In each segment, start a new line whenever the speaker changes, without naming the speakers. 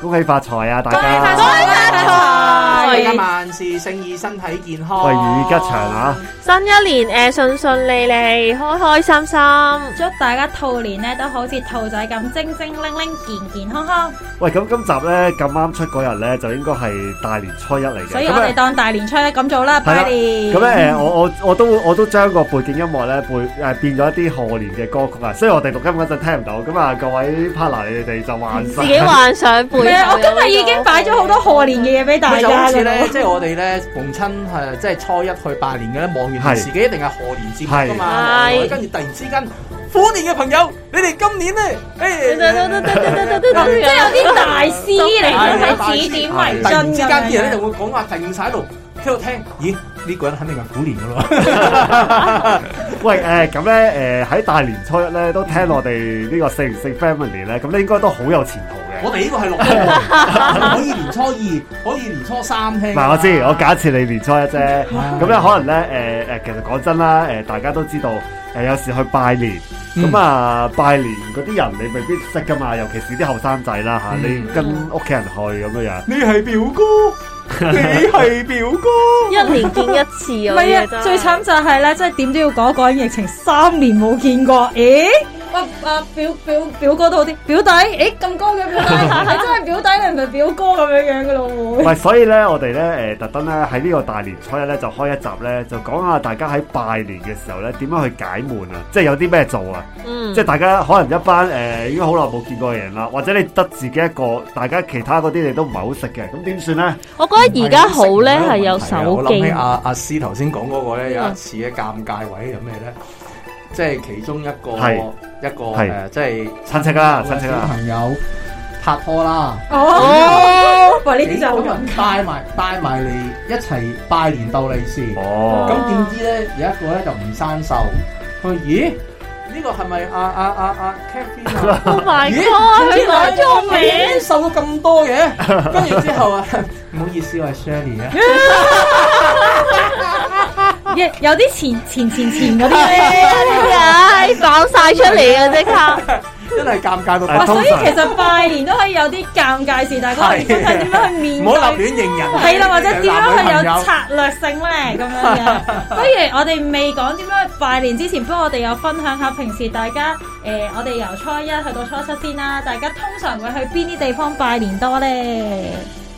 恭喜發財啊！大
恭喜發
家
財，
恭喜發財
今
係
萬事勝意，身體健康，
喂，如意吉祥啊！
新一年誒順順利利，開開心心。
祝大家兔年咧都好似兔仔咁精精靈靈、健健康康，
喂，咁啊今集咧咁啱出嗰日咧，就應該係大年初一嚟嘅。
所以我
咁
哋
咧
當大年初一咁做啦，
係啦
拜年。
咁啊咧誒，我我我都我都將個背景音樂咧背誒變咗一啲賀年嘅歌曲啊。雖然我哋錄音嗰陣聽唔到，咁啊各位 partner 你哋就幻
自
想
己幻想背後
唔係啊，
有
我
呢個啊
今日已經擺咗好多賀年嘅嘢俾大
咪就好
家
似
㗎
咧，即
啦。
係我哋咧逢親係即係初一去拜年嘅咧，望完電視機一定係賀年節目噶嘛，
係
跟住突然之間，虎年嘅朋友，你哋今年咧，誒，
即係有啲大師
啊
嚟
係
到
大師
係指點為
突然之
進
間
咁
啲人咧就
樣。
會講話定晒喺度，聽到聽，咦？呢個人肯定係虎年噶咯，
喂誒，咁咧誒喺大年初一咧都聽我哋呢個四零四 family 咧，咁你應該都好有前途嘅。
我哋呢個係六號，可以年初二，可以年初三聽。
唔係，我知，我假設你年初一啫。咁咧，
啊
可能咧，誒、誒，其實講真啦，誒、大家都知道，誒、有時去拜年，咁、
嗯
啊，拜年嗰啲人你未必識噶嘛，尤其是啲後生仔啦嚇，
嗯
你跟屋企人去咁樣樣。
你係表 哥，你係表哥。
一年見一次
唔
啊！
係
呢個
啊，
真
最慘就係咧，即係點都要講一講疫情三年冇見過，咦？喂，啊表表表哥都好啲，表弟，咦咁高嘅表弟，你真係表弟，你唔係表哥咁樣樣噶咯
唔
喎。
係，所以咧，我哋咧誒特登咧喺呢個大年初一咧就開一集咧，就講下大家喺拜年嘅時候咧點樣去解悶啊，即係有啲咩做啊，
嗯
即係大家可能一班誒、已經好耐冇見過嘅人啦，或者你得自己一個，大家其他嗰啲你都唔係好識嘅，咁點算咧？
我覺得而家好咧係有手
啊我諗起
機，嗯
阿阿師頭先講嗰個咧，
邊個
有一次嘅尷尬位有咩咧？即係其中一個
係
一個
係
誒，即係啊
親戚啦，親戚啊
小
啦。
朋友拍拖啦，
哦，喂，呢啲就好
幾個人帶埋帶埋嚟一齊拜年鬥利是。
哦。
咁點知咧有一個咧就唔生壽，佢話咦呢個係咪阿阿阿阿 Catherine 啊？
Oh my
咦
god！佢改咗我名，
咦瘦咗咁多嘅，跟住之後啊， 唔好意思，我係 Shirley 啊。
有有啲前前前前嗰啲咧。
唉，爆晒出嚟啊！即刻，
真係尷尬
係
到
哇，
通
所
常
以其實拜年都可以有啲尷尬事，大家可以真係點樣去面對？
唔好立亂認人。啊
係啦，或者點樣去
男女朋友
有策略性咧咁樣嘅。不如我哋未講點樣去拜年之前，不如我哋有分享下平時大家誒、呃我哋由初一去到初七先啦。大家通常會去邊啲地方拜年多咧？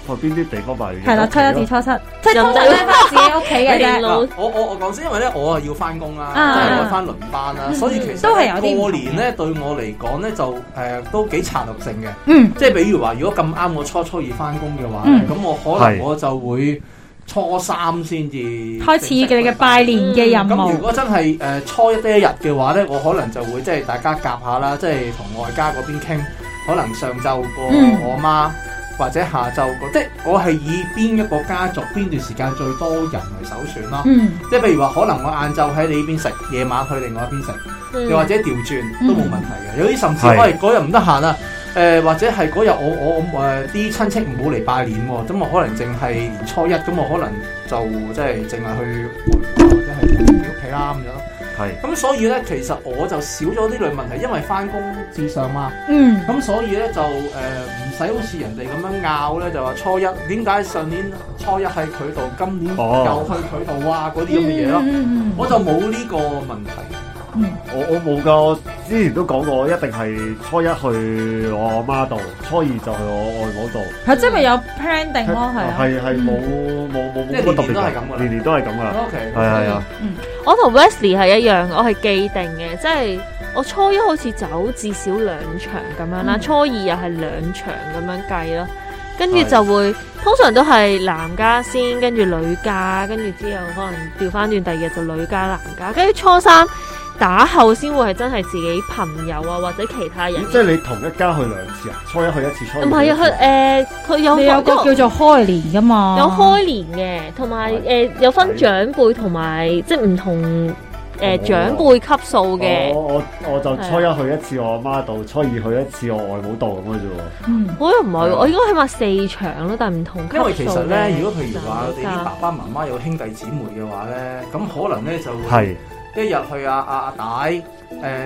去邊啲地方拜年？
係啦，初一至初七，即係通常咧翻自己屋企嘅啫
人哋。
嗱，我我我講先，因為咧我啊要翻工啦，
啊嗯
即係我翻輪班啦，所以其實
都係有啲唔
過年咧對我嚟講咧就誒都幾策略性嘅，
嗯，
即係比如話如果咁啱我初初二翻工嘅話，
嗯
咁我可能
係
我就會初三先至
開始嘅你嘅拜年嘅任
咁如
務。
果真係誒、呃初一呢一日嘅話咧，我可能就會即係大家夾下啦，即係同外家嗰邊傾，可能上晝個
嗯
我媽。或者下晝個，即係我係以邊一個家族邊段時間最多人為首選咯。
嗯，
即係譬如話，可能我晏晝喺你呢邊食，夜晚去另外一邊食，
嗯
又或者調轉都冇問題嘅。有啲甚至
係
喂嗰日唔得閒啊，誒、或者係嗰日我我我誒啲親戚唔好嚟拜年喎，咁我可能淨係年初一，咁我可能就即係淨係去或者係自己屋企啦咁樣咯。
係
咁所以咧，其實我就少咗呢類問題，因為翻工至上嘛。
嗯，
咁所以咧就誒唔使好似人哋咁樣拗咧，就話初一點解上年初一喺佢度，今年
哦
又去佢度啊嗰啲咁嘅嘢咯。
嗯
我就冇呢個問題，
我我冇噶，我之前都講過，一定係初一去我阿媽度，初二就去我外婆度。
係即係咪有 plan 定咯？係啊。嗯
係係冇冇冇
即
冇乜
係
特別
年年都係
㗎
咁㗎啦
年年都係咁噶。
O K，
係係啊，
我同 Wesley 係一樣，我係既定嘅，即係我初一好似走至少兩場咁樣啦，
嗯
初二又係兩場咁樣計咯，跟住就會通常都係男家先，跟住女家，跟住之後可能調翻轉第二日就女家男家，跟住初三打後先會係真係自己朋友啊或者其他人
嗯
咦。即係你同一家去兩次啊？初一去一次，初二
唔係啊，
去一次
佢誒佢有
你有個叫做開年噶嘛？
有開年嘅，同埋誒有分長輩同埋即係唔同
哦
誒長輩級數嘅，
我我我就
啊
初一去一次我阿媽度，初二去一次我外母度咁嘅啫喎。
嗯。
我又唔係
係
喎，
啊
我應該起碼四場咯，但係唔同級
因
數
為其實咧，
嘅
如果譬如話我哋
就
啲
係
爸爸媽媽有兄弟姊妹嘅話咧，咁可能咧就會
係
一日去阿阿阿大，誒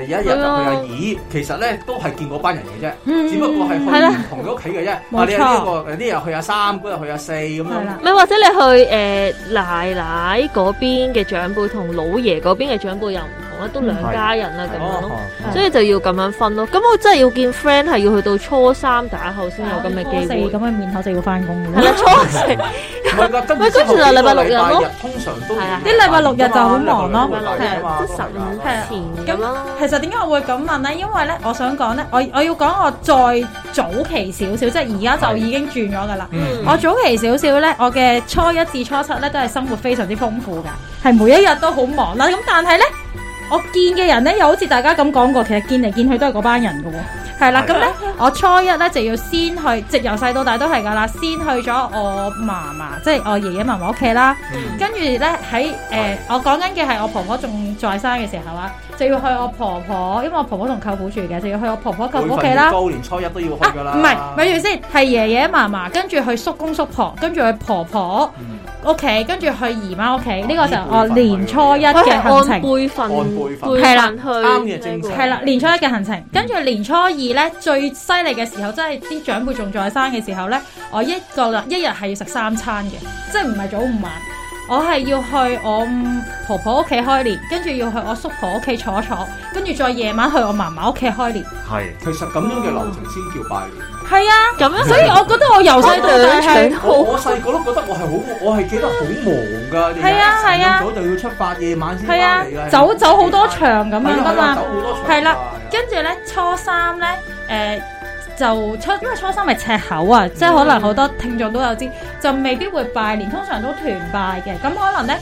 有一日就去阿姨，其實咧都係見嗰班人嘅啫。只不過係
係啦
去唔同嘅屋企嘅啫。
冇
啊，你係呢個誒呢日去阿三，嗰日去阿四咁
係
樣
啦。
咪或者你去誒奶奶嗰邊嘅長輩同老爺嗰邊嘅長輩又唔同啦，都兩家人啦咁樣咯，
哦，
係
所以就要咁樣分咯。咁我真係要見 friend 係要去到初三打後先有咁嘅機會。
咁嘅面口就要翻工
係啦，初四
唔係㗎，跟
喂跟住就
後
禮拜六
幾
日
個禮拜
咯
日通常都
係啊
會
啲禮拜六日就好忙咯
禮拜六日
係
啊嘛
即係十
係啊
五前咁咯。
其實點解我會咁問呢？因為呢，我想講呢，我我要講我再早期少少，即係而家就已經轉咗噶啦。
嗯
我早期少少呢，我嘅初一至初七呢，都係生活非常之豐富噶，係每一日都好忙啦。咁但係呢，我見嘅人呢，又好似大家咁講過，其實見嚟見去都係嗰班人噶喎。係啦，
係
咁呢，我初一呢，就要先去，即係由細到大都係噶啦，先去咗我嫲嫲，即係我爺爺嫲嫲屋企啦。
嗯
跟住咧喺誒，我講緊嘅係我婆婆仲在生嘅時候啊，就要去我婆婆，因為我婆婆同舅父住嘅，就要去我婆婆舅父屋企啦
每份月。高年初一都要去
啊
㗎啦。
唔係，咪住先，係爺爺嫲嫲，跟住去叔公叔婆，跟住去婆婆
嗯
屋企，跟住去姨媽屋企。呢個就係
呢
我
輩份
年初一
我係
嘅行
按
程，
輩份，
按輩份
係啦
去
啱嘅政策
係啦，年初一嘅行程。跟住年初二咧，最犀利嘅時候，即係啲長輩仲在生嘅時候咧，我一個啦一日係要食三餐嘅，即係唔係早午晚。我係要去我婆婆屋企開年，跟住要去我叔婆屋企坐一坐，跟住再夜晚去我嫲嫲屋企開年。
係
其實咁樣嘅流程先叫拜年。
係啊，
咁樣，
所以我覺得我由細到大係
好
我我細個都覺得我係好，我係記得好忙㗎。
係啊係啊
早就要出發，夜晚先
係啊
返嚟㗎，
走走好多場咁樣
係啊
噶
係啊
嘛
走。好多場㗎
係啦跟住咧初三咧，誒、就初因為初三係赤口啊，即係可能好多聽眾都有知，就未必會拜年，通常都團拜嘅。咁可能咧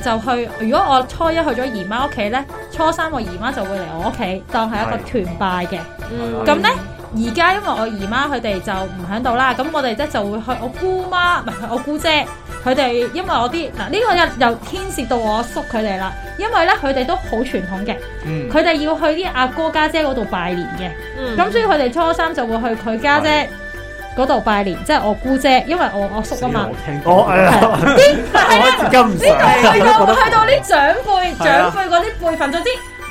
誒、就去，如果我初一去咗姨媽屋企咧，初三我姨媽就會嚟我屋企當係一個團拜嘅。
嗯
咁咧，而家因為我姨媽佢哋就唔喺度啦，咁我哋咧就會去我姑媽，唔係我姑姐，佢哋因為我啲嗱呢個又又牽涉到我叔佢哋啦，因為咧佢哋都好傳統嘅，
嗯
佢哋要去啲阿哥家姐嗰度拜年嘅，
嗯
咁所以佢哋初三就會去佢家姐嗰度拜年，即係我姑姐，因為我我叔啊嘛。
我
哦哎
係
誒，哦哎
啊
我而家唔
呢度去到啊
想。
去到啲長輩
係啊
長輩嗰啲輩份，總之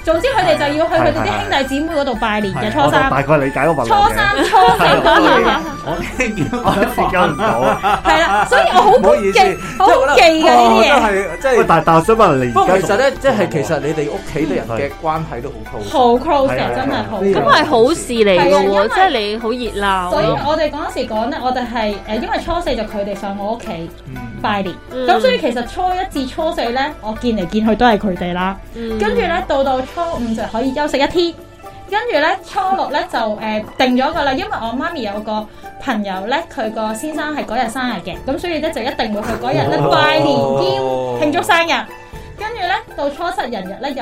總之佢哋就要去佢哋啲兄弟姊妹嗰度拜年嘅
係
初
啊我就
三、
大概理解個問題
初三、
嘅，
初四嗰啲嘢。
我聽見
我時間唔到。
係啦，所以我好
唔好意
記
思，即係
好
我
記嘅
覺得
呢
哦
啲嘢，
係即
喂，
係。
但但我想問你
不過
而
其
家哦
實咧，即係其實
實
你哋屋企嘅
嗯
人嘅關係都好 close。
好 close
係啊
嘅，真係好 close。
咁係好事嚟
係
嘅
啊因為
喎，即係你好熱鬧。
所以我哋嗰陣時講咧，我哋係誒，因為初四就佢哋上我屋企
嗯
拜年，
嗯
咁所以其實初一至初四咧，我見嚟見去都係佢哋啦。
跟
跟住咧，到到初五就可以休息一天。跟住咧，初六咧就誒、呃定咗噶啦，因為我媽咪有個朋友咧，佢個先生係嗰日生日嘅，咁所以咧就一定會去嗰日咧
哦
拜年兼慶祝生日。跟住咧到初七人日咧又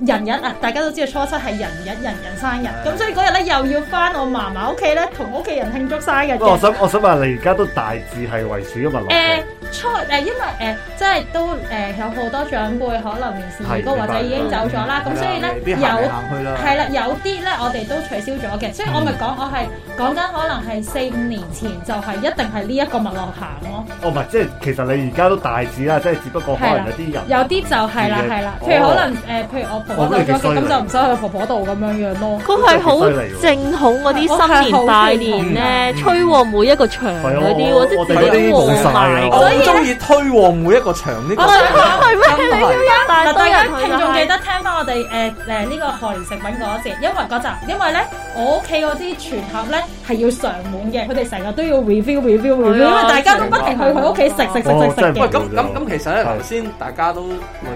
要人日啊，大家都知道初七係人日人人生日，咁所以嗰日咧又要翻我嫲嫲屋企咧同屋企人慶祝生日
不過我
嘅。
想我想問你而家都大致係為主嘅問
誒、
題。
呃初誒、因為誒、呃即係都誒、有好多長輩可能年事已高
係嗯
或者已經走咗啦，咁所以咧有。
行去啦。
係啦，有啲咧我哋都取消咗嘅，所以我
嗯
咪講我係講緊可能係四五年前就係一定係呢一個脈絡行咯，
哦，唔係，即係其實你而家都大致啦，即係只不過可能有啲人
有啲就係啦
嗯
係啦，
哦
譬如可能誒、呃譬如我婆
哦咁
婆走
你
咗
幾衰
嘅，咁
你
就唔使去婆婆度咁樣樣咯。
佢係好正統嗰啲新年拜年咧，吹旺每一個場嗰啲喎，即係自己都旺埋。
我好中意推旺每一個場呢個
我。想講
係咩？你要一
嗱，
大
大
堆
家
人去
聽眾記得聽翻我哋誒誒呢個賀年食品嗰一節，因為嗰集，因為咧我屋企嗰啲全盒咧係要常滿嘅，佢哋成日都要 review review review，因
係啊
為大家都不停去佢屋企食食食
哦
食食
真係
嘅
喂，。咁咁咁，其實咧
係
頭先大家都類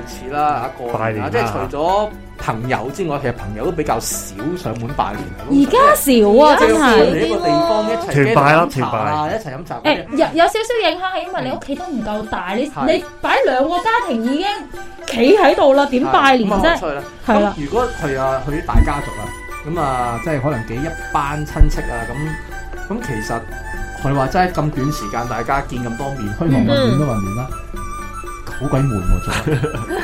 似啦，啊過
拜
年
年啦
啊，即係除咗朋友之外，其實朋友都比較少上門拜年啊。
而家少啊，
而家
真
少
你
係。
一個地方一
團
齊
拜啦
飲茶啊，一齊飲茶
誒
嗰啲。
有有少少影響係因為你屋企都唔夠大，你
係
你擺兩個家庭已經企喺度啦，點拜年
咁啊好
啫？
彩啦
係啦，
咁如果係啊，去啲大家族啊，咁啊，即係可能幾一班親戚啊，咁咁其實佢話真係咁短時間，大家見咁多面，虛
嗯
寒混亂都混亂啦，好鬼悶喎！仲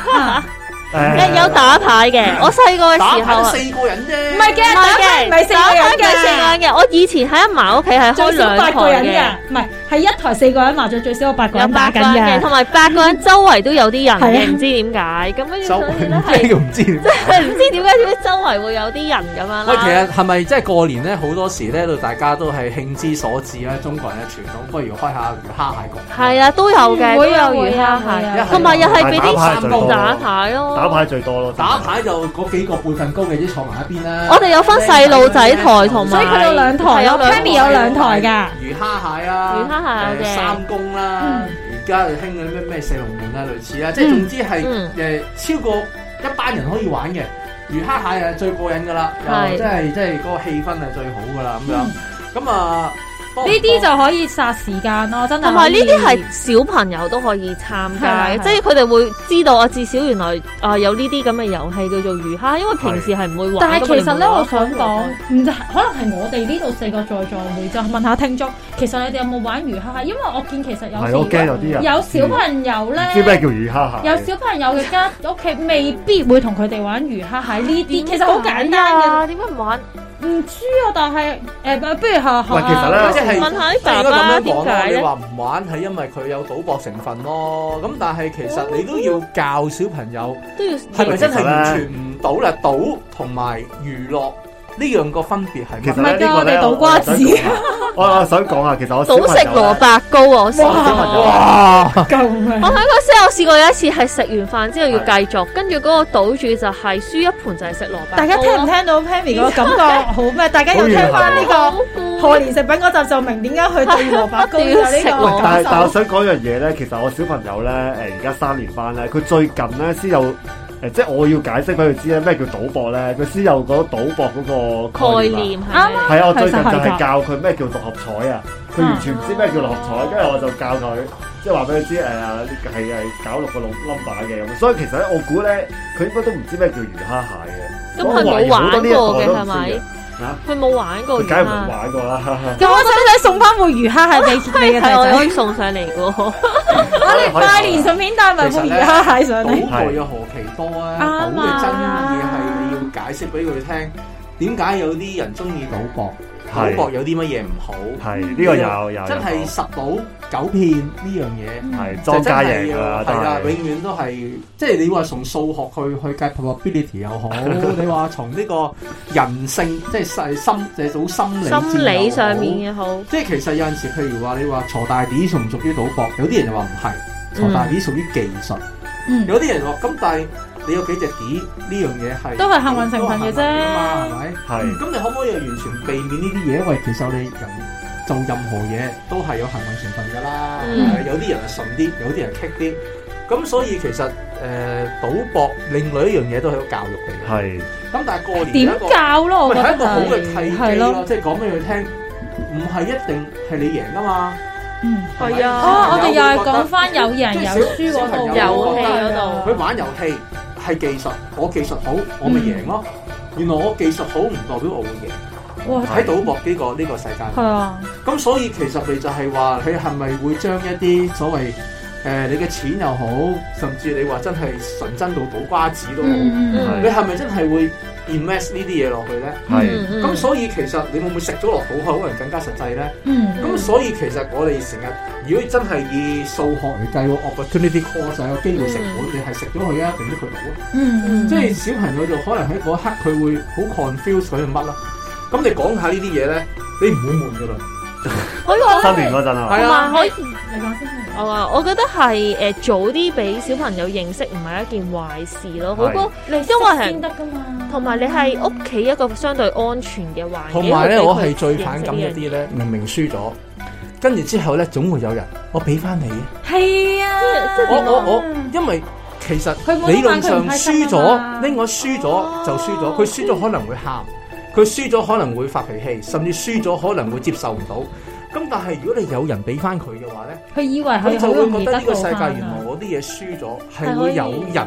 誒
誒有打牌嘅，我細個嘅
打
時
牌
候
都
啊
四。個人啫，
唔係嘅，打牌唔係四
打
個人
牌唔係四個
嘅，
人嘅。我以前喺阿嫲屋企係開
最少
兩
八
台
個人
嘅
嘅，，唔係係一台四個人麻雀最少有八個
有
人
八
打
個
緊
人嘅，
嘅。
同埋八個人周圍都有啲人
係
嘅，
啊
唔知點解。咁跟住
周
所以咧
圍
係
即係唔知點。
係 唔知點解點解周圍會有啲人咁樣啦。
喂，其實係咪即係過年咧？好多時咧，到大家都係興之所至咧，中國人嘅傳統，不如開下魚蝦蟹局。
係啊，都有嘅，都
會
有
啊
魚
會啊
蝦
會
蟹，
啊
同埋又係俾
打牌最
啲
多
打牌咯。
打牌最多咯，
打牌就嗰幾個輩份高嘅啲坐埋一邊啦。
我哋有分細路仔台同埋，
所以佢有兩台
係有啊
咯啊
兩
Pammy 有兩台㗎
魚蝦蟹啊，
魚蝦蟹有嗯嘅
誒三公啦，而家興嗰啲咩咩四龍門啊，類似啦，即係總之
嗯
係誒超過一班人可以玩嘅魚蝦蟹係最過癮噶啦，
係嗯
又即係即係嗰個氣氛係最好噶啦咁樣。咁啊，
呢啲就可以殺時間咯，真係可以。
同埋呢啲係小朋友都可以參加嘅，
係係
即係佢哋會知道啊，至少原來啊有呢啲咁嘅遊戲叫做魚蝦，因為平時係唔會玩。
但係其實咧，
咁
我
你
想
咪
講
玩，
唔係可能係我哋呢度四個在座會就問下聽眾，其實你哋有冇玩魚蝦蟹？因為我見其實有
係我驚
時
有啲人
有小朋友
唔知咩
咧，
叫魚蝦蟹？
有小朋友嘅家屋企未必會同佢哋玩魚蝦蟹呢啲，其實好簡單嘅。
嘅，點解唔玩？
唔知啊，但係誒，不如啊下
喂其實
下
咧
即係
問下啲
即係
爸
應該咁
爸
樣講
點
啦，
解
你
咧？
話唔玩係因為佢有賭博成分咯。咁但係其實你都要教小朋友
都要
係咪真係完全唔賭啦？賭同埋娛樂呢樣個分別係
其
乜
實？咧
唔係
呢
㗎
個咧，
我哋倒瓜子
我想講啊我我想講啊，其實我
倒食蘿
蘿
蔔糕啊！我試
小
過
朋友
哇！
夠咩
我？喺嗰時我試過有一次係食完飯之後要繼續，跟住嗰個賭注就係輸一盤就係食蘿蔔糕咯。
大家聽唔聽到 Pammy 嗰個感覺好咩？大家要聽翻呢個賀年食品嗰集就明點解佢對蘿 蔔糕有呢個
但係但
感
係我
受。
想講一樣嘢咧，其實我小朋友咧，誒而家三年班咧，佢最近咧先有誒、即係我要解釋俾佢知咧咩叫賭博咧，佢先有嗰賭博嗰個
概
概念
念
啊。
係
啱啊
係啊，我最近就
其實係
係
㗎
教佢咩叫六合彩啊，佢完全唔知咩叫六合彩，跟住我就教佢，即係話俾佢知誒係係搞六個六 number 嘅咁，所以其實咧我估咧佢應該都唔知咩叫魚蝦蟹嘅，
咁
我
佢
懷疑
冇
好
玩
多
過
呢一代都唔
嘅係
知
咪
嘅，？啊
佢冇玩過
佢
魚
梗係冇
蝦，
玩過啦。
咁我使唔使送翻個魚蝦 蟹俾你嘅
係
仔
我
仔
可？以送上嚟嘅喎。
我哋拜年順便帶埋副魚蝦蟹上
賭
嚟。
佢又何其多啊！
啱
賭嘅真意係
啊
你要解釋俾佢聽，點解有啲人中意賭博，
係
賭博有啲乜嘢唔好？
係呢個有有
真係
有
十賭九騙呢樣嘢。
係莊家贏㗎啦，
嗯係啊啦，
都
永
係
遠都係，即係你話從數學去去計 probability 又 好，你話從呢個人性，即係細心，即係好心理
心
戰又好
理上面嘅好，
即係其實有陣時，譬如話你話鋤大 D 屬唔屬於賭博，有啲人就話唔係，鋤大 D 屬於技術，
嗯，
有啲人話咁，但係你有幾隻 D 呢樣嘢係
都係幸運成分嘅啫
都係幸運㗎嘛係啊咪？
係
嗯咁你可唔可以完全避免呢啲嘢？因為其實我哋人做任何嘢都係有幸運成分㗎啦，
嗯
係有啲人係順啲，有啲人係棘啲。咁所以其實誒、呃、賭博另外一樣嘢都係一個教育嚟嘅。
係
咁但係過年有
點
一個
教咯？我覺得
咪係一個好
係。
嘅契機
係
咯
咯，
即係講俾佢聽，唔係一定係你贏㗎嘛。
嗯。
係咪
係啊
哦，我哋又係講翻有贏有輸嗰度，
遊戲
啊
嗰度
佢玩遊戲係技術，我技術好，我
嗯
咪贏咯。原來我技術好唔代表我會贏。
哇，
喺賭博呢、個呢、個世界。
係啊，
咁所以其實你就係話，你係咪會將一啲所謂誒、呃你嘅錢又好，甚至你話真係純真到賭瓜子都好，
嗯
你係咪真係會 invest 呢啲嘢落去咧？
係
嗯
咁、所以其實你會唔會食咗落肚可能更加實際咧？
嗯
咁所以其實我哋成日，如果真係以數學嚟計個 opportunity cost 係個機會成本，你係食咗佢啊，定咗佢冇啊？
嗯
即係小朋友就可能喺嗰一刻佢會好 confuse 佢係乜啦。咁你講下呢啲嘢咧，你唔會悶噶啦。
可以我
新年嗰陣啊，
係
同埋
啊，
可以，
你講先。
我話我覺得係誒早啲俾小朋友認識唔係一件壞事咯，好過
你因為先得噶嘛，
同埋你係屋企一個相對安全嘅環境。
同埋咧，
去俾佢
我係最反感一
認識呢
啲咧，明明輸咗，跟住之後咧，總會有人我俾翻你。
係啊，即
我我我，因為其實
佢冇
理論
得
上
買佢唔開
輸
心啊
咗，
嘛
拎我輸咗就輸咗，佢輸咗可能會喊，佢輸咗可能會發脾氣，甚至輸咗可能會接受唔到。咁但係如果你有人俾翻佢嘅話咧，
佢以為
佢
佢好
就會
容
覺
易
得
得
呢個
到
世界
翻
原來我啲嘢輸咗
係
係會
可以
有人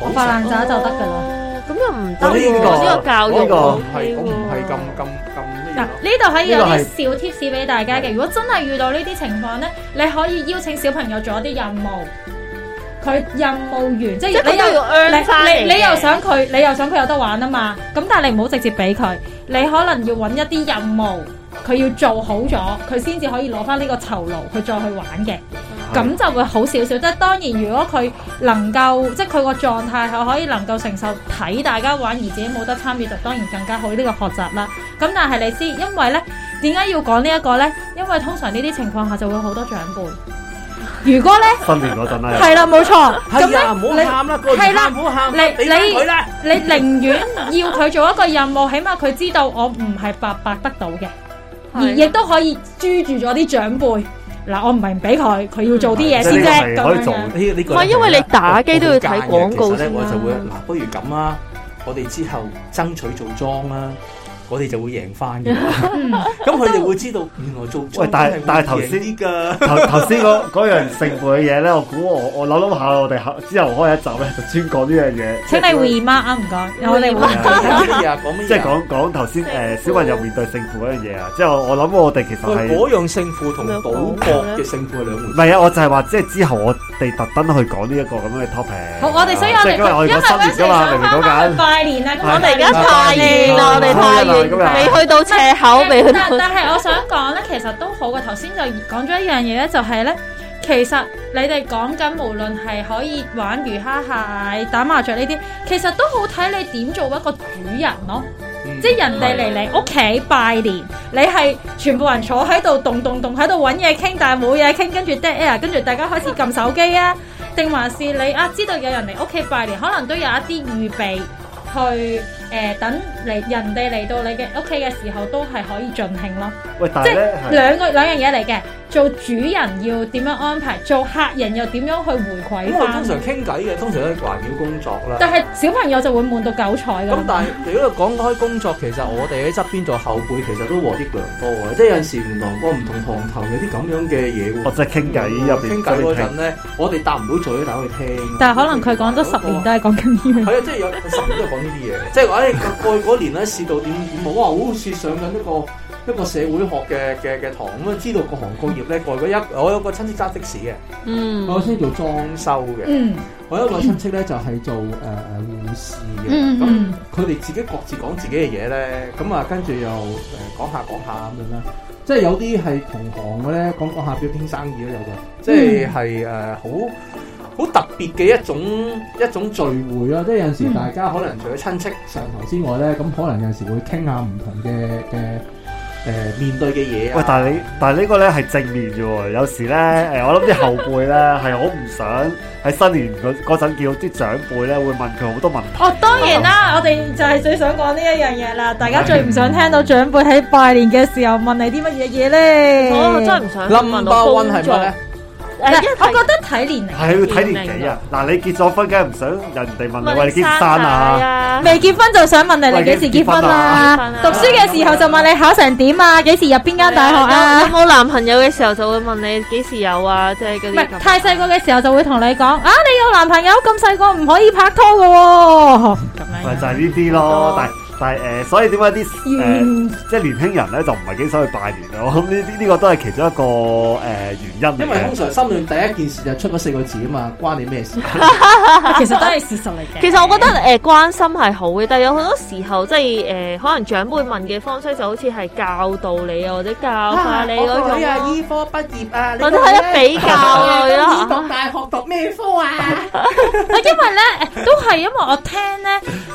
我發爛
個
渣就得噶啦。
哦咁又唔
我
得
呢
喎，
個
呢個教育
呢個
我唔
好
係
啲
我唔係
喎
咁咁咁
嗱，
呢
呢度可以有
呢
啲
個係
小 tips 俾大家嘅。如果真係遇到呢啲情況咧，你可以邀請小朋友做一啲任務，佢任務完，即
即係
係你
佢都
又
要 earn 翻
你你你又想佢，你又想佢有得玩啊嘛。咁但係你唔好直接俾佢，你可能要揾一啲任務，佢要做好咗，佢先至可以攞翻呢個酬勞去再去玩嘅。咁就會好少少。即係當然，如果佢能夠即係佢個狀態係可以能夠承受睇大家玩而自己冇得參與，就當然更加好呢個學習啦。咁但係你知，因為呢點解要講呢一個呢？因為通常呢啲情況下就會好多長輩。如果呢，
新年嗰陣啊啦，
係啦，冇錯。咁
係啊，
呢，
唔好
你
喊啦，個
係啦
唔好喊，
你
俾翻佢啦。
你寧願要佢做一個任務，起碼佢知道我唔係白白得到嘅。而亦都可以追住咗啲長輩。嗱，我唔係唔俾佢，佢要做啲嘢
即係
先
呢個係可
啫。咁
以做
樣
呢呢個
唔係因為你打機都要睇廣告
咧，
先
我
啦
就會嗱，不如咁啊，我哋之後爭取做裝啦，我哋就會贏翻嘅。咁佢哋會知道原來做裝
喂但係但係頭先
呢㗎。
頭頭先嗰嗰樣聖輩嘅嘢咧，我估我我諗諗下，我哋後之後開一集咧就專講呢樣嘢。
請你 remind 啊，唔該，我哋會
係啊
係啊，講咩啊？
即係講講頭先
嗯
誒小朋友面對勝負嗰樣嘢啊，即係我我諗我哋其實
喂
係
嗰樣勝負同賭博嘅勝負係兩回
唔
事。
係啊？我就係話即係之後我哋特登去講呢一個咁樣嘅 topic。啊
好，我哋所以我
即
哋
係
因
今
為
日我哋講新年㗎嘛，明唔明講
翻去
緊？
拜年啦，咁
我哋而家太遠啦，我哋太遠，未去到斜口，未去
但
到。
但係我想講咧，其實都好嘅。頭先就講咗一樣嘢咧，就係咧，其實你哋講緊無論係可以玩魚蝦蟹、打麻雀呢啲，其實都好睇你點做一個主人咯。
嗯
即係人哋嚟你屋企拜年，你係全部人坐喺度動動動喺度揾嘢傾，但係冇嘢傾，跟住 dead air，跟住大家開始撳手機啊，定還是你啊知道有人嚟屋企拜年，可能都有一啲預備去誒、呃等嚟人哋嚟到你嘅屋企嘅時候，都係可以盡興咯。
喂，但
即
係
係
咧係
兩個兩樣嘢嚟嘅，做主人要點樣安排，做客人又點樣去回饋
咁我哋通
翻。
常傾偈嘅，通常都係環繞工作啦。
但係小朋友就會悶到九彩咁
咁。但係如果講開工作，其實我哋喺側邊做後輩，其實都獲益良多嘅。即係有陣時原來我唔同行頭有啲咁樣嘅嘢喎。
我即係傾偈入邊
嗯傾偈嗰陣咧，我哋答唔到嘴，但係我哋聽。
但係可能佢講咗十年都係講緊呢樣嘢。
係啊，即係有佢十年都係講呢啲嘢。即係我誒過去嗰年咧試到點點啊，哇！好似上緊一個一個社會學嘅嘅嘅堂咁啊，知道各行各業咧。過去嗰一我有個親戚揸的士嘅，
嗯
我有個親戚做裝修嘅，
嗯
我有一個親戚咧就係做誒誒護士嘅。
嗯
咁
嗯。
佢哋自己各自講自己嘅嘢咧，咁啊跟住又誒講下講下咁樣啦，即係有啲係同行嘅咧，講講下表傾生意都有嘅，即係係誒好好特別嘅一種一種聚會啦，即係有陣時
嗯
大家可能除咗親戚上堂之外咧，咁可能有陣時會傾下唔同嘅嘅誒面對嘅嘢啊。
喂，但係你但係呢個咧係正面嘅喎，有時咧 誒，我諗啲後輩咧係好唔想喺新年嗰嗰陣見到啲長輩咧會問佢好多問題。
哦，當然啦，我哋就係最想講呢一樣嘢啦。大家最唔想聽到長輩喺拜年嘅時候問你啲乜嘢嘢咧？
我哦真係唔想
number
啊問我
one 係
工作
乜咧？？
嗱，
誒，
我覺得睇年齡，
係要睇年紀啊！嗱，你結咗婚梗係唔想人哋問你喂你幾時生啊？
啊？
未結婚就想問你你幾時結婚
喂
啦
幾時結婚啊？
讀書嘅時候就問你考成點啊？幾時入邊間大學
有
啊？
冇男朋友嘅時候就會問你幾時有啊？即係嗰
唔
啲
係太細個嘅時候就會同你講啊，你有男朋友咁細個唔可以拍拖嘅喎。
咪就係呢啲咯，但係但係誒、所以點解啲誒
嗯
即係年輕人咧就唔係幾想去拜年啊？我諗呢啲呢個都係其中一個誒、原因嚟
因為通
嘅。
常心裏第一件事就出嗰四個字啊嘛，關你咩事？
其實都係事實嚟嘅。
其實我覺得誒、呃、關心係好嘅，但係有好多時候即係誒、呃可能長輩問嘅方式就好似係教導你啊，或者教化你嗰種咯，
醫科畢業啊，
或者係一比較類咯。
大學讀咩科啊？
啊，因為咧，誒都係因為我聽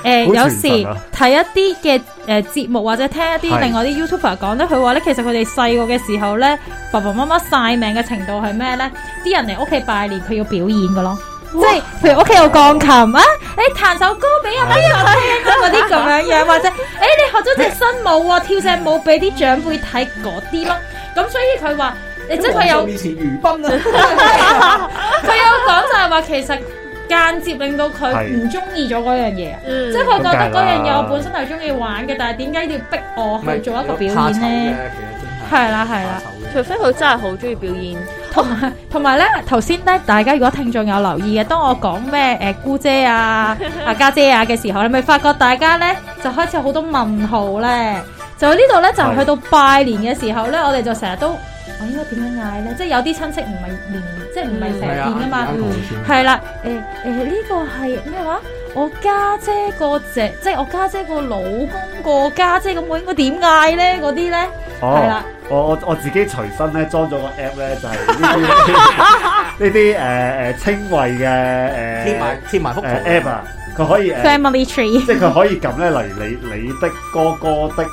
咧，誒、
好
有
傳
時
神啊
睇一啲嘅誒節目或者聽一
係
啲另外啲 YouTuber 講咧，佢話咧，其實佢哋細個嘅時候咧，爸爸媽媽晒命嘅程度係咩咧？啲人嚟屋企拜年，佢要表演噶咯。即係譬如屋企有鋼琴啊，你彈首歌俾阿邊個聽啊嗰啲咁樣樣，或者誒、你學咗隻新舞啊，跳隻舞俾啲長輩睇嗰啲咯。咁所以佢話，誒即係佢有。
面前如賓啊，
佢有講就係話，其實間接令到佢唔中意咗嗰樣嘢啊，
嗯，
即係佢覺得嗰樣嘢我本身係中意玩嘅，但係點解要逼我去做一個表演咧？
其實真係
係啦係啦，
除非佢真係好中意表演，
同埋同埋咧，頭先咧，大家如果聽眾有留意嘅，當我講咩誒姑姐 啊、啊家姐啊嘅時候，你咪發覺大家咧就開始有好多問號咧，就呢度咧，就
係
去到拜年嘅時候咧，我哋就成日都我應該點樣嗌咧？即係有啲親戚唔係年，即係唔係成
係
日
啊，
見噶嘛。
啱啱先
係啦，誒誒呢個係咩話？我家姐個姐，即係我家姐個老公個家姐，咁我應該點嗌咧？嗰啲咧係
哦
啦，，
我我我自己隨身咧裝咗個 app 咧，就係呢啲呢 啲誒誒稱謂
貼
嘅
埋貼埋幅圖
誒誒 app 啊，佢可以誒，
family tree
即係佢可以撳咧，例如你你的哥哥的。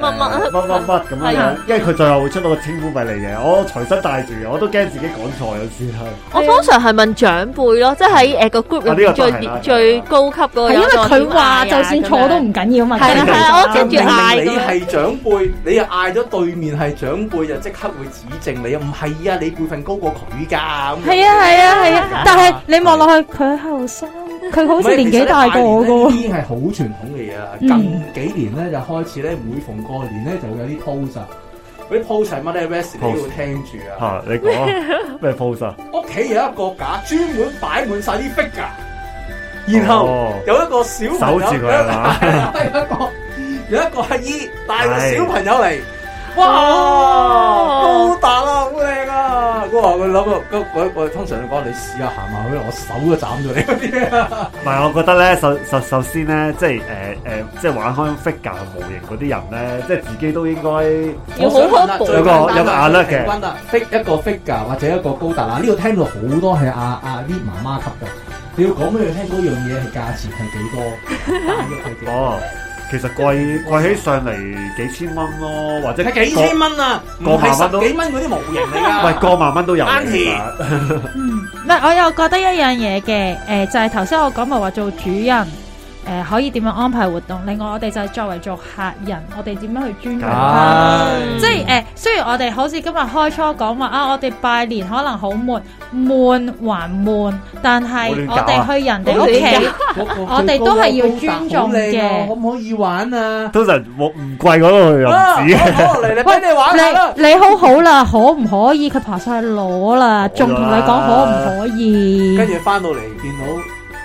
乜乜
誒乜乜乜咁樣
係
樣
啊，
因為佢最後會出到個稱呼俾你嘅，我隨身帶住嘅，我都驚自己講錯有時係。
我通常係問長輩咯，即係喺誒個 group 入
啊呢個
邊
都係
最
啦
最高級嗰個
係
有
因為
個點
佢
嗌啊
話就算錯都唔緊要嘛。嗯
係啦
其實
係啦我跟住
明明
嗌
你
咁樣
係長輩，你又嗌咗對面係長輩，就即刻會指正你，唔係啊，你輩份高過佢㗎咁樣。
係啊係啊係 啊，但係你望落去佢後生，佢好似年紀大過我
唔係
噶
其實咧拜年咧呢啲係好傳統嘅嘢啦。
嗯
近幾年咧就開始咧，每逢過年咧就會有啲 pose 啊。嗰啲 pose 係乜咧 r e s t 你
Pose
要聽住啊！
嚇你講 啊咩 pose 啊？
屋企有一個架專門擺滿晒啲 figure，然後
哦
有一個小朋友
守住佢係嘛
有一個有一個阿姨帶個
係
小朋友嚟，哇
哦
高達啊，好靚啊！我話佢諗啊，我我我通常講你試下行埋去，我手都斬咗你嗰啲啊！
唔係，我覺得咧，首首首先咧，即係誒誒，即係玩開 figure 模型嗰啲人咧，即係自己都應該
要好好補
最簡單
有
啊
個有個 alert 嘅
平均啊，fig 一個 figure 或者一個高達嗱，呢度聽到好多係阿阿啲媽媽級嘅，你要講俾佢聽嗰樣嘢係價錢係幾多，大約係幾多。
哦。其實貴貴起上嚟幾千蚊咯，或者
係幾千蚊啊，唔
過
係
萬蚊都
十幾蚊嗰啲模型嚟
過
㗎。
喂過萬蚊都有嘅。其
Auntie
實
嗯，唔係我又覺得一樣嘢嘅，誒、就係頭先我講咪話做主人，誒、可以點樣安排活動。另外我哋就係作為做客人，我哋點樣去尊重佢。
啊
唉
即係誒、雖然我哋好似今日開初講話啊，我哋拜年可能好悶，悶還悶，但係
冇亂搞
我
啊
哋去人哋屋企，
嗰個
我哋都係要尊重嘅
最高嗰個高達好靚啊可唔可以玩啊？
通常冇唔貴嗰度又唔止嘅。
好啊嚟嚟俾你 玩下啦。
你你好好啦，可唔可以？佢爬上去攞啦，仲同你講可唔可以？
跟住翻到嚟見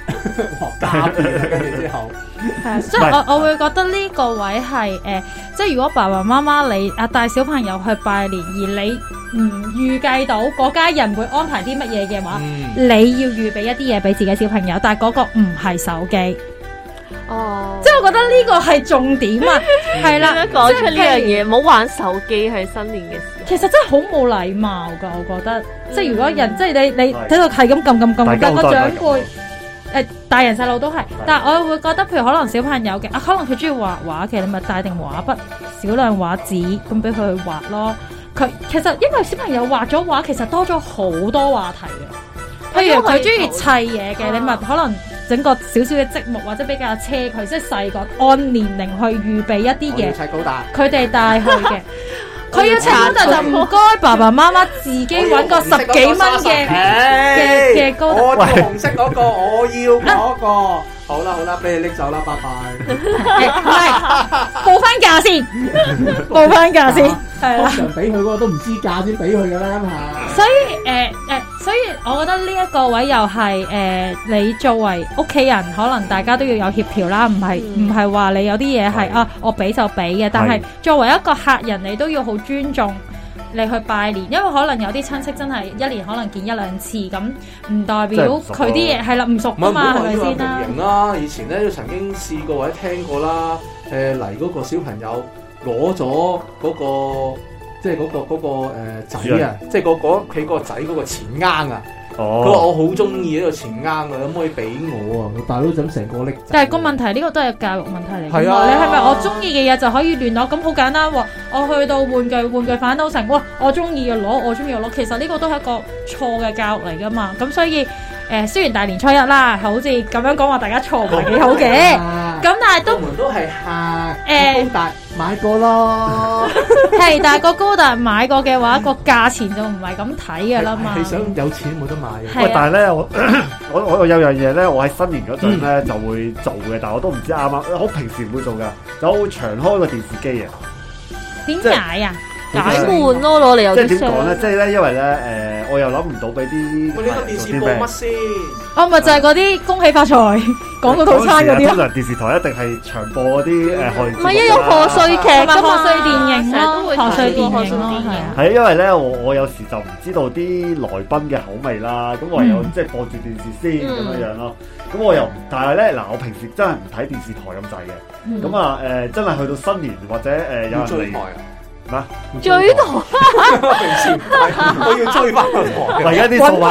到學家變啦，跟住之後
係啊，所以我我會覺得呢個位係誒、呃即係如果爸爸媽媽你啊帶小朋友去拜年，而你唔預計到嗰家人會安排啲乜嘢嘅話，
嗯
你要預備一啲嘢俾自己小朋友，但係嗰個唔係手機，
哦，
即係我覺得呢個係重點 啊，係啦，
點樣講出呢樣
即係譬如。
嘢？唔好玩手機喺新年嘅時候。
其實真係好冇禮貌噶，我覺得，即係如果人即係你你
係
喺度係咁撳撳
大
撳
家好
撳個
多
長
人
輩。誒大人細路都係，但係我會覺得，譬如可能小朋友嘅，啊可能佢中意畫畫嘅，你咪帶定畫筆、少量畫紙咁俾佢去畫咯。佢其實因為小朋友畫咗畫，其實多咗好多話題嘅。譬如哎佢中意砌嘢嘅，你咪可能整個少少嘅積木或者比較車佢，即係細個按年齡去預備一啲
我要
嘢，
砌高達，
佢哋帶去 嘅。佢要砌高達就唔該爸爸媽媽自己揾個十幾蚊嘅。嘅嘅高達
我要紅色嗰個，我要
À.
嗰個。好啦好啦，俾你拎走啦，拜拜。
唔係，報翻價先， 報翻價先，係
通
啦。
常俾佢嗰個都唔知價先俾佢㗎啦，咁下。
所以誒誒、呃所以我覺得呢一個位又係誒、呃你作為屋企人，可能大家都要有協調啦，唔係
嗯
唔係話你有啲嘢係
係
啊，我俾就俾嘅，但係
係
作為一個客人，你都要好尊重。你去拜年，因為可能有啲親戚真係一年可能見一兩次，咁唔代
真係
表
唔熟
佢啲嘢係啦唔熟
唔係
噶
唔
嘛，
好
係
話
咪
呢個
先啦
模？型啦，以前咧都曾經試過或者聽過啦。誒嚟嗰個小朋友攞咗嗰個即係嗰個嗰個誒
主
仔啊
人，
即係嗰嗰屋企個仔嗰個錢罌啊。佢話
哦，
我好中意呢個錢罌啊，可唔可以俾我啊？大佬咁成個拎走。
但係個問題呢、個都係教育問題嚟㗎嘛
係啊
你係咪我中意嘅嘢就可以亂攞？咁好簡單喎！我去到玩具，玩具反斗城，哇！我中意嘅攞，我中意嘅攞。其實呢個都係一個錯嘅教育嚟㗎嘛。咁所以誒、呃，雖然大年初一啦，好似咁樣講話大家錯唔係幾好 嘅，
啊
咁但係都
都門都係客，
誒
高達買過咯。
係，但係個高達買過嘅話，個價錢就唔係咁睇㗎啦嘛
你。想有錢冇得買嘅。
係
喂
啊，
但係咧，我 我我我有樣嘢咧，我喺新年嗰陣咧就會做嘅，但我都唔知啱唔啱，我平時唔會做㗎，就我會長開個電視機啊。
點
即係
解啊？
解
vâng.
悶咯，攞嚟有
即係點
啲
講
傷
咧？。即係咧，因為咧，誒、我又諗唔到俾啲
喂，呢個電視播乜先？Dạ,
我哦咪就係嗰啲恭喜發財廣告套餐嗰啲
通
咯。
常電視台一定係長播嗰啲誒賀年節目
唔
㗎
係
啦
啊，有賀歲劇㗎嘛，
同埋賀歲電影咯
成日都會睇
賀歲電影咯
賀歲電
係
影
啊。
係因為咧，我我有時就唔知道啲來賓嘅口味啦，咁我又
嗯
即係播住電視先咁
嗯
樣樣咯。咁我又唔，但係咧嗱，我平時真係唔睇電視台咁滯嘅。
嗯
咁啊誒，真係去到新年或者誒
要
有
追
人
台
嚟
啊！
咩？
追到
平時唔睇，我要追翻個
啊
台。
嗱而家啲數碼，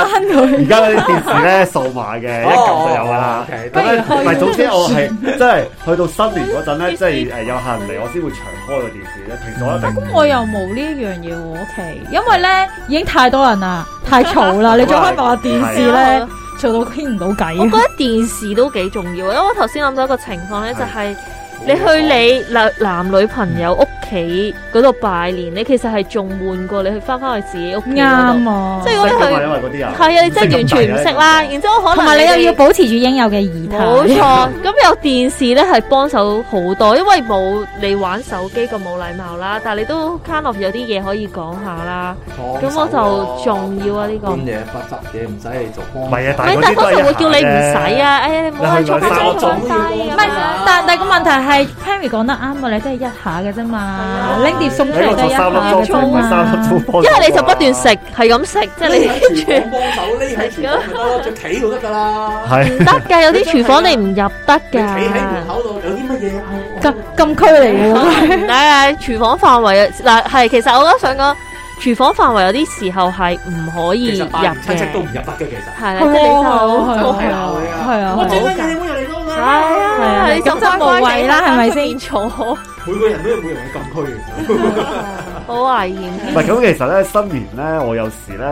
而家嗰啲電視咧數碼嘅一
dạ.
撳就有㗎啦
哦。，OK，
咁咧，唔
Dạ,
不如
係
去
總之我係真係去到新年嗰陣 咧，即係誒有客人嚟，我先會長開個電視咧。平時我一定
啊咁我又冇呢一樣嘢喎屋企，因為咧已經太多人啦，太嘈啦，你再開埋個電視咧，嘈到傾唔到
我覺
偈。
得電視都幾重要，因為我頭先諗到一個情況咧，
係
就係
dạ.
你去你男男女朋友屋企嗰度拜年，你其實係仲悶過你去翻翻去自己屋企嗰度。
啱啊，
即係
識
我覺得
㗎嘛，因
佢
為嗰啲人
係啊，你真係完全唔識啦。然之後可能
同埋你
哋
又要保持住應有嘅儀
冇
態。
錯，咁有電視咧係幫手好多，因為冇你玩手機咁冇禮貌啦，但係你都 kind of 有啲嘢可以講下啦。
Dạ,
咁我就重要啊呢個。
半
唔
夜不執嘢，唔使你做幫。
唔係啊，但係
係，
嗰啲
但係
都
通常
係
會叫你唔使啊，哎呀你唔好去坐
你去
低
兩
三
坐
個
坐
鐘要
唔
低啊。
㗎
係
嘛，
但但個問題係 Pammy 講得啱啊！你都係一下嘅啫嘛，拎碟餸
啊你
出
個
嚟就
坐
一
三粒
下
鐘，
嘅
唔
啫
係三粒
嘛。
鐘幫手
因
啊
為你就不斷食，係咁食，即係你跟住
幫手匿喺廚房咪得咯，就企就得㗎啦。
係
唔得㗎，有啲廚房你唔入得
你企喺
㗎。
門口度有啲乜嘢啊？
禁禁區嚟嘅喎。
唔得啊！廚房範圍嗱係，其實我都想講，廚房範圍有啲時候係唔可以
其
入
實拜年親戚都
嘅。
唔入得嘅，其實。
係啦，
係
即係你就
喎，
都
係
係鬧
啊
你，啊
係啊，
我
好
最
㗎
緊要你每日嚟講
係
啦，
啊，你就乖乖地喺出面坐，好
每個人都有每人嘅禁區嘅。
唔
危險。
係咁，其實咧新年咧，我有時咧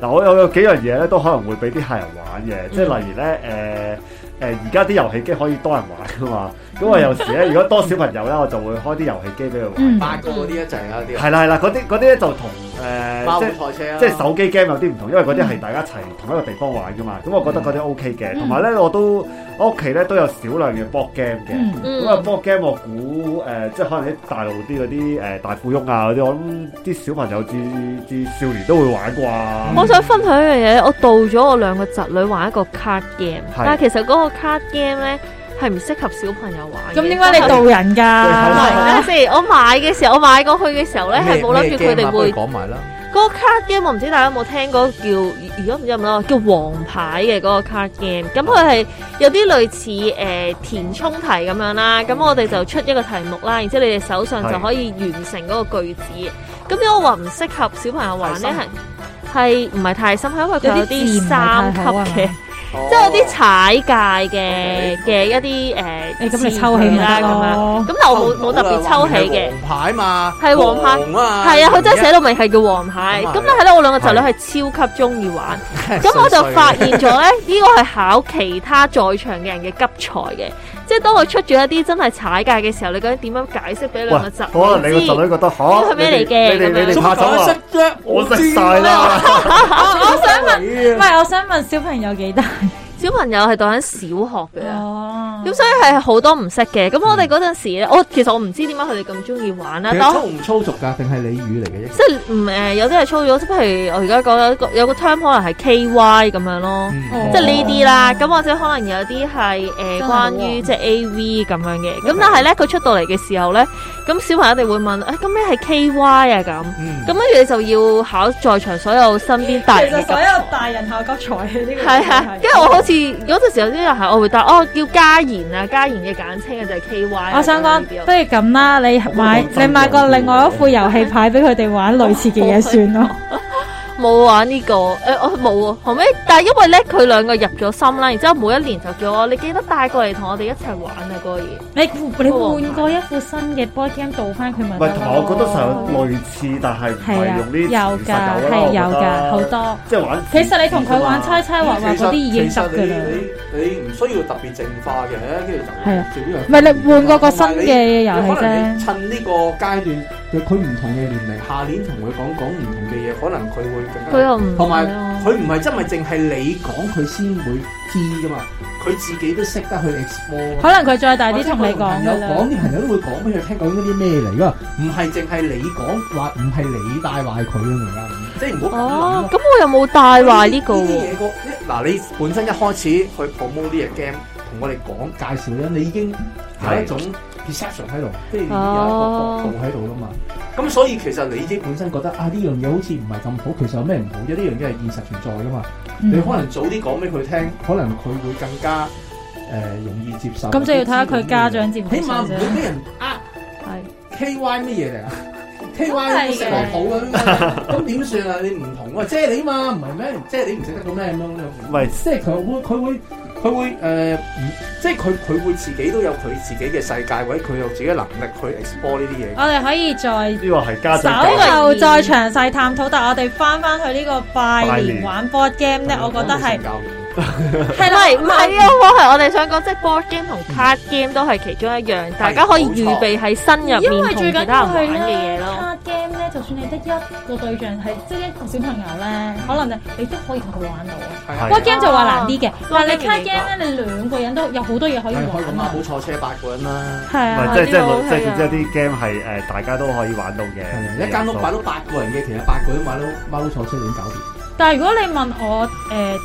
誒嗱，我有有幾樣嘢咧都可能會俾啲客人玩嘅，即係例如咧誒誒，而家啲遊戲機可以多人玩噶嘛，咁我有時咧如果多小朋友咧，我就會開啲遊戲機俾佢玩。
嗯
八哥嗰啲一陣啊，啲
係啦係啦，嗰啲嗰啲咧就同誒
包
即係。
台車啊，
即係手機 game 有啲唔同，因為嗰啲係大家一齊同一個地方玩噶嘛，咁我覺得嗰啲 OK
嗯
嘅。同埋咧，我都我屋企咧都有少量嘅 board game 嘅。
嗯
咁啊
嗯，
board game 我估誒、呃即係可能啲大陸啲嗰啲誒大富翁啊嗰啲，我諗啲小朋友至至少年都會玩
我
啩。
想分享一樣嘢，我導咗我兩個侄女玩一個 card game，
係
但係其實嗰個 card game 咧係唔適合小朋友玩嘅。
咁點解你導人㗎？啊
等陣先，我買嘅時候，我買過去嘅時候咧，係冇諗住佢哋會
講埋啦。
嗰個 card game 我唔知大家有冇聽過叫，而家唔知有冇啦，叫王牌嘅嗰個 card game。咁佢係有啲類似誒、呃填充題咁樣
哦
啦。咁我哋就出一個題目啦，然之後你哋手上就
係
可以完成嗰個句子。咁點解我話唔適合小朋友玩呢？係係唔係太深？係因為佢有
有啲字
啲
唔係
三級
太好啊哦
嘅，
哦
即係有啲踩界嘅嘅一啲誒
啊誒咁你抽起
字句
咪
啦
得
咁樣。
咯。
咁但我冇冇特別抽起嘅。
黃牌嘛，
係黃牌
牌
係啊，佢真係寫到明係叫黃牌。
咁
啊
係
咁啊但係咧，我兩個侄女係超級中意玩。
寫
咁我就發現咗 咧，呢個係考其他在場嘅人嘅急才嘅。即係當我出咗一啲真係踩界嘅時候，你究竟點樣解釋俾
喂，
兩個侄
可能你個
女
侄
知？
女覺得嚇，
呢個係咩嚟嘅
你哋你哋
咁
你
樣
哋怕醜啊？
識啫，
我識晒啦，
我我想唔
問
係，我想問小朋友幾大？
小朋友係讀緊小學嘅。
哦
咁所以係好多唔識嘅，咁我哋嗰陣時咧，我其實我唔知點解佢哋咁中意玩啦，但我
唔粗俗㗎，定係俚語嚟嘅啫？
即係唔誒有啲係粗咗，即係譬如我而家講有一個有個 term 可能係 K Y 咁樣咯。
哦
即係呢啲啦，咁或者可能有啲係誒
真係
關於即係 A V 咁樣嘅，咁但係咧佢出到嚟嘅時候咧，咁小朋友哋會問，誒咁咩係 K Y 啊咁，咁跟住你就要考在場所有身邊大
其
人
實
嘅
所
感，
有大人考急才嘅呢個
係啊，跟住我好似嗰陣時有啲人係我會答，哦叫嘉賢啊，嘉賢嘅簡稱嘅就係 K Y 啊。
我想
咁
講，
呢啲
不如咁啦，你買你買個另外一副遊戲牌俾佢哋玩類似嘅嘢算咯。
冇玩呢、個，誒、我冇啊，後尾，但係因為咧佢兩個入咗心啦，然之後每一年就叫我你記得帶過嚟同我哋一齊玩啊嗰個嘢。
你你換過一副新嘅 board game 倒翻佢咪
唔
得
係，同埋我覺得
咯
就類似，但係唔
係
係
啊，
用呢
有
啲
㗎，
詞實有啦
係有㗎，好。
我覺得
多。
即係玩啊
其實你同佢玩猜猜畫畫
其
嗰
實
啲已經得㗎啦。
你你唔需要特別淨化嘅，跟住就
係啊，唔
唔
係你換過個新嘅遊戲
可能你
啫。
趁呢個階段，佢唔同嘅年齡，下年同佢講講唔同嘅嘢，可能佢會更加
佢又唔
同埋
係咯
佢唔係真係淨係你講佢先會知噶嘛，佢自己都識得去 explore 啊
可能佢再大啲
或者
同你講
佢同朋友
噶啦。
講，啲朋友都會講俾佢聽究竟啲咩嚟噶，唔係淨係你講話，唔係你帶壞佢啊，明唔明啊？即係唔好咁諗啊
哦
咯，
咁我又冇帶壞呢個
呢啲
喎，
嘢個嗱，你本身一開始去 promote 呢隻 game，同我哋講介紹咧，你已經有一種 perception 喺度，即係有一個
哦
角度喺度啦嘛。咁所以其實你自己本身覺得啊，呢樣嘢好似唔係咁好，其實有咩唔好啫？呢樣嘢係現實存在噶嘛。
Ừ. 嗯
你可能早啲講俾佢聽，可能佢會更加誒、呃容易接受。
咁就要睇下佢家長接唔接
起
受
碼唔
啫。
會俾人呃。
係
K Y 乜嘢 嚟啊？K
係
Y
嘅
食嚟好咁，咁點算啊？你唔同啊，即係你嘛，唔係咩？即係你唔食得到咩咁樣樣。
喂
即係佢會，佢會，佢會誒、唔即係佢佢會自己都有佢自己嘅世界，或者佢有自己嘅能力去 explore 呢啲嘢。
我哋可以再
呢個係家
稍
長教
後再詳細探討，但我哋翻翻去呢個拜年玩 board game 嗯咧，我覺得係係
唔
啦，
係唔係啊？我係我哋想講，即係 board game 同 card game 都係其中一樣，大家可以預備喺身入面
因
同
為最
其
緊
他
要係
人玩嘅嘢
咧
咯。
，card game 咧，就算你得一個對象係即係一個小朋友咧，可能你都可以同佢玩到。
啊
係
board game 就話難啲嘅，但係你
board 啊 game
card game 咧，你兩個人都有好多嘢可以
係可
玩
以咁啊，
啊。
好坐車八個人啦，
係
唔
啊
係，即係即
呢
係即
個 OK
係
啊
總之有啲 game 係誒大家都可以玩到嘅
係啊，，一間屋擺到八個人嘅，其實八個人買到貓坐車已經搞掂。
但係如果你問我誒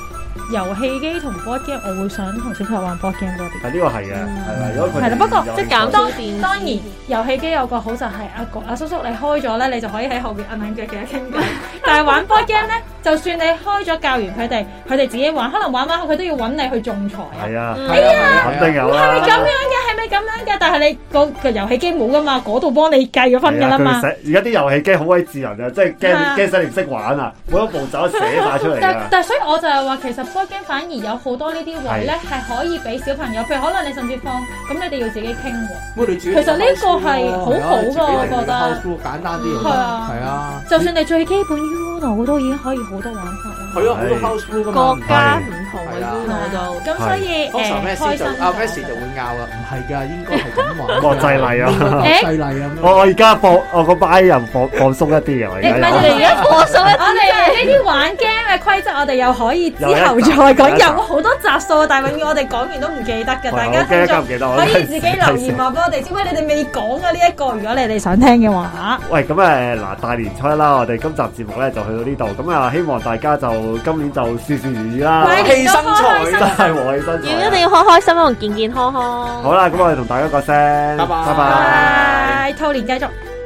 遊戲機同 board game，我會想同小朋友玩 board game 多啲。
係呢個係嘅，係啦，如果佢
係啦不過
有
即係
興趣
減少
當
電。
當然，遊戲機有個好就係阿哥阿叔叔你開咗咧，你就可以喺後邊摁摁腳嘅傾偈。 但係玩 board game 咧，就算你開咗教完佢哋，佢哋自己玩，可能玩玩下佢都要揾你去仲裁啊。
係啊，
嗯
係啊
肯定有
係咪
啦。
咁樣嘅？係咪咁樣嘅？但係你個個遊戲機冇噶嘛，嗰度幫你計咗分㗎啦嘛
係。啊佢寫而家啲遊戲機好鬼智能啊，即係
啊
驚驚死你唔識玩啊，每一步走寫晒出嚟
但
㗎。
但所以我就係話，其實 board game 反而有好多呢啲位
啊
咧，係可以俾小朋友，譬如可能你甚至放，咁你哋要自己傾喎。
喂你自
其
己
實呢個
啊
係好好㗎
自己嚟
我覺得
個 house rule 簡單啲用
係啊
係啊，
就算你最基本 Uno 都已經可以好多玩法啦。
係啊，好多 house rule 㗎嘛。
國家唔同嘅 Uno 就
咁所以
通常
誒
Messi
開
就
心
啊 Messi 就會拗啦，唔係㗎，應該係咁話。
國際禮啊
國際禮啊，
我我而家放我個 buy 人放放鬆一啲嘅，我而
你
家
唔係
有
你而家
啊我想
我哋呢啲玩 game 嘅規則，我哋又可以之後再
有
講，
一集
有好多集數，但係永遠我哋講完都唔記得嘅。
哇
大
啊我驚一
家
間唔
聽眾
記得我
可以自己 留言話俾我哋知，喂，你哋未講嘅呢一個，如果你哋想聽嘅話，
喂，咁誒嗱，大年初一啦，我哋今集節目咧就去到呢度，咁啊希望大家就今年就事事如意啦，
拜年都開開
氣
心
真
生
係和氣生財
要
啊
一定要開開心心同健健康康。
好啦，咁我哋同大家講聲，
拜拜
拜
拜，兔年繼續。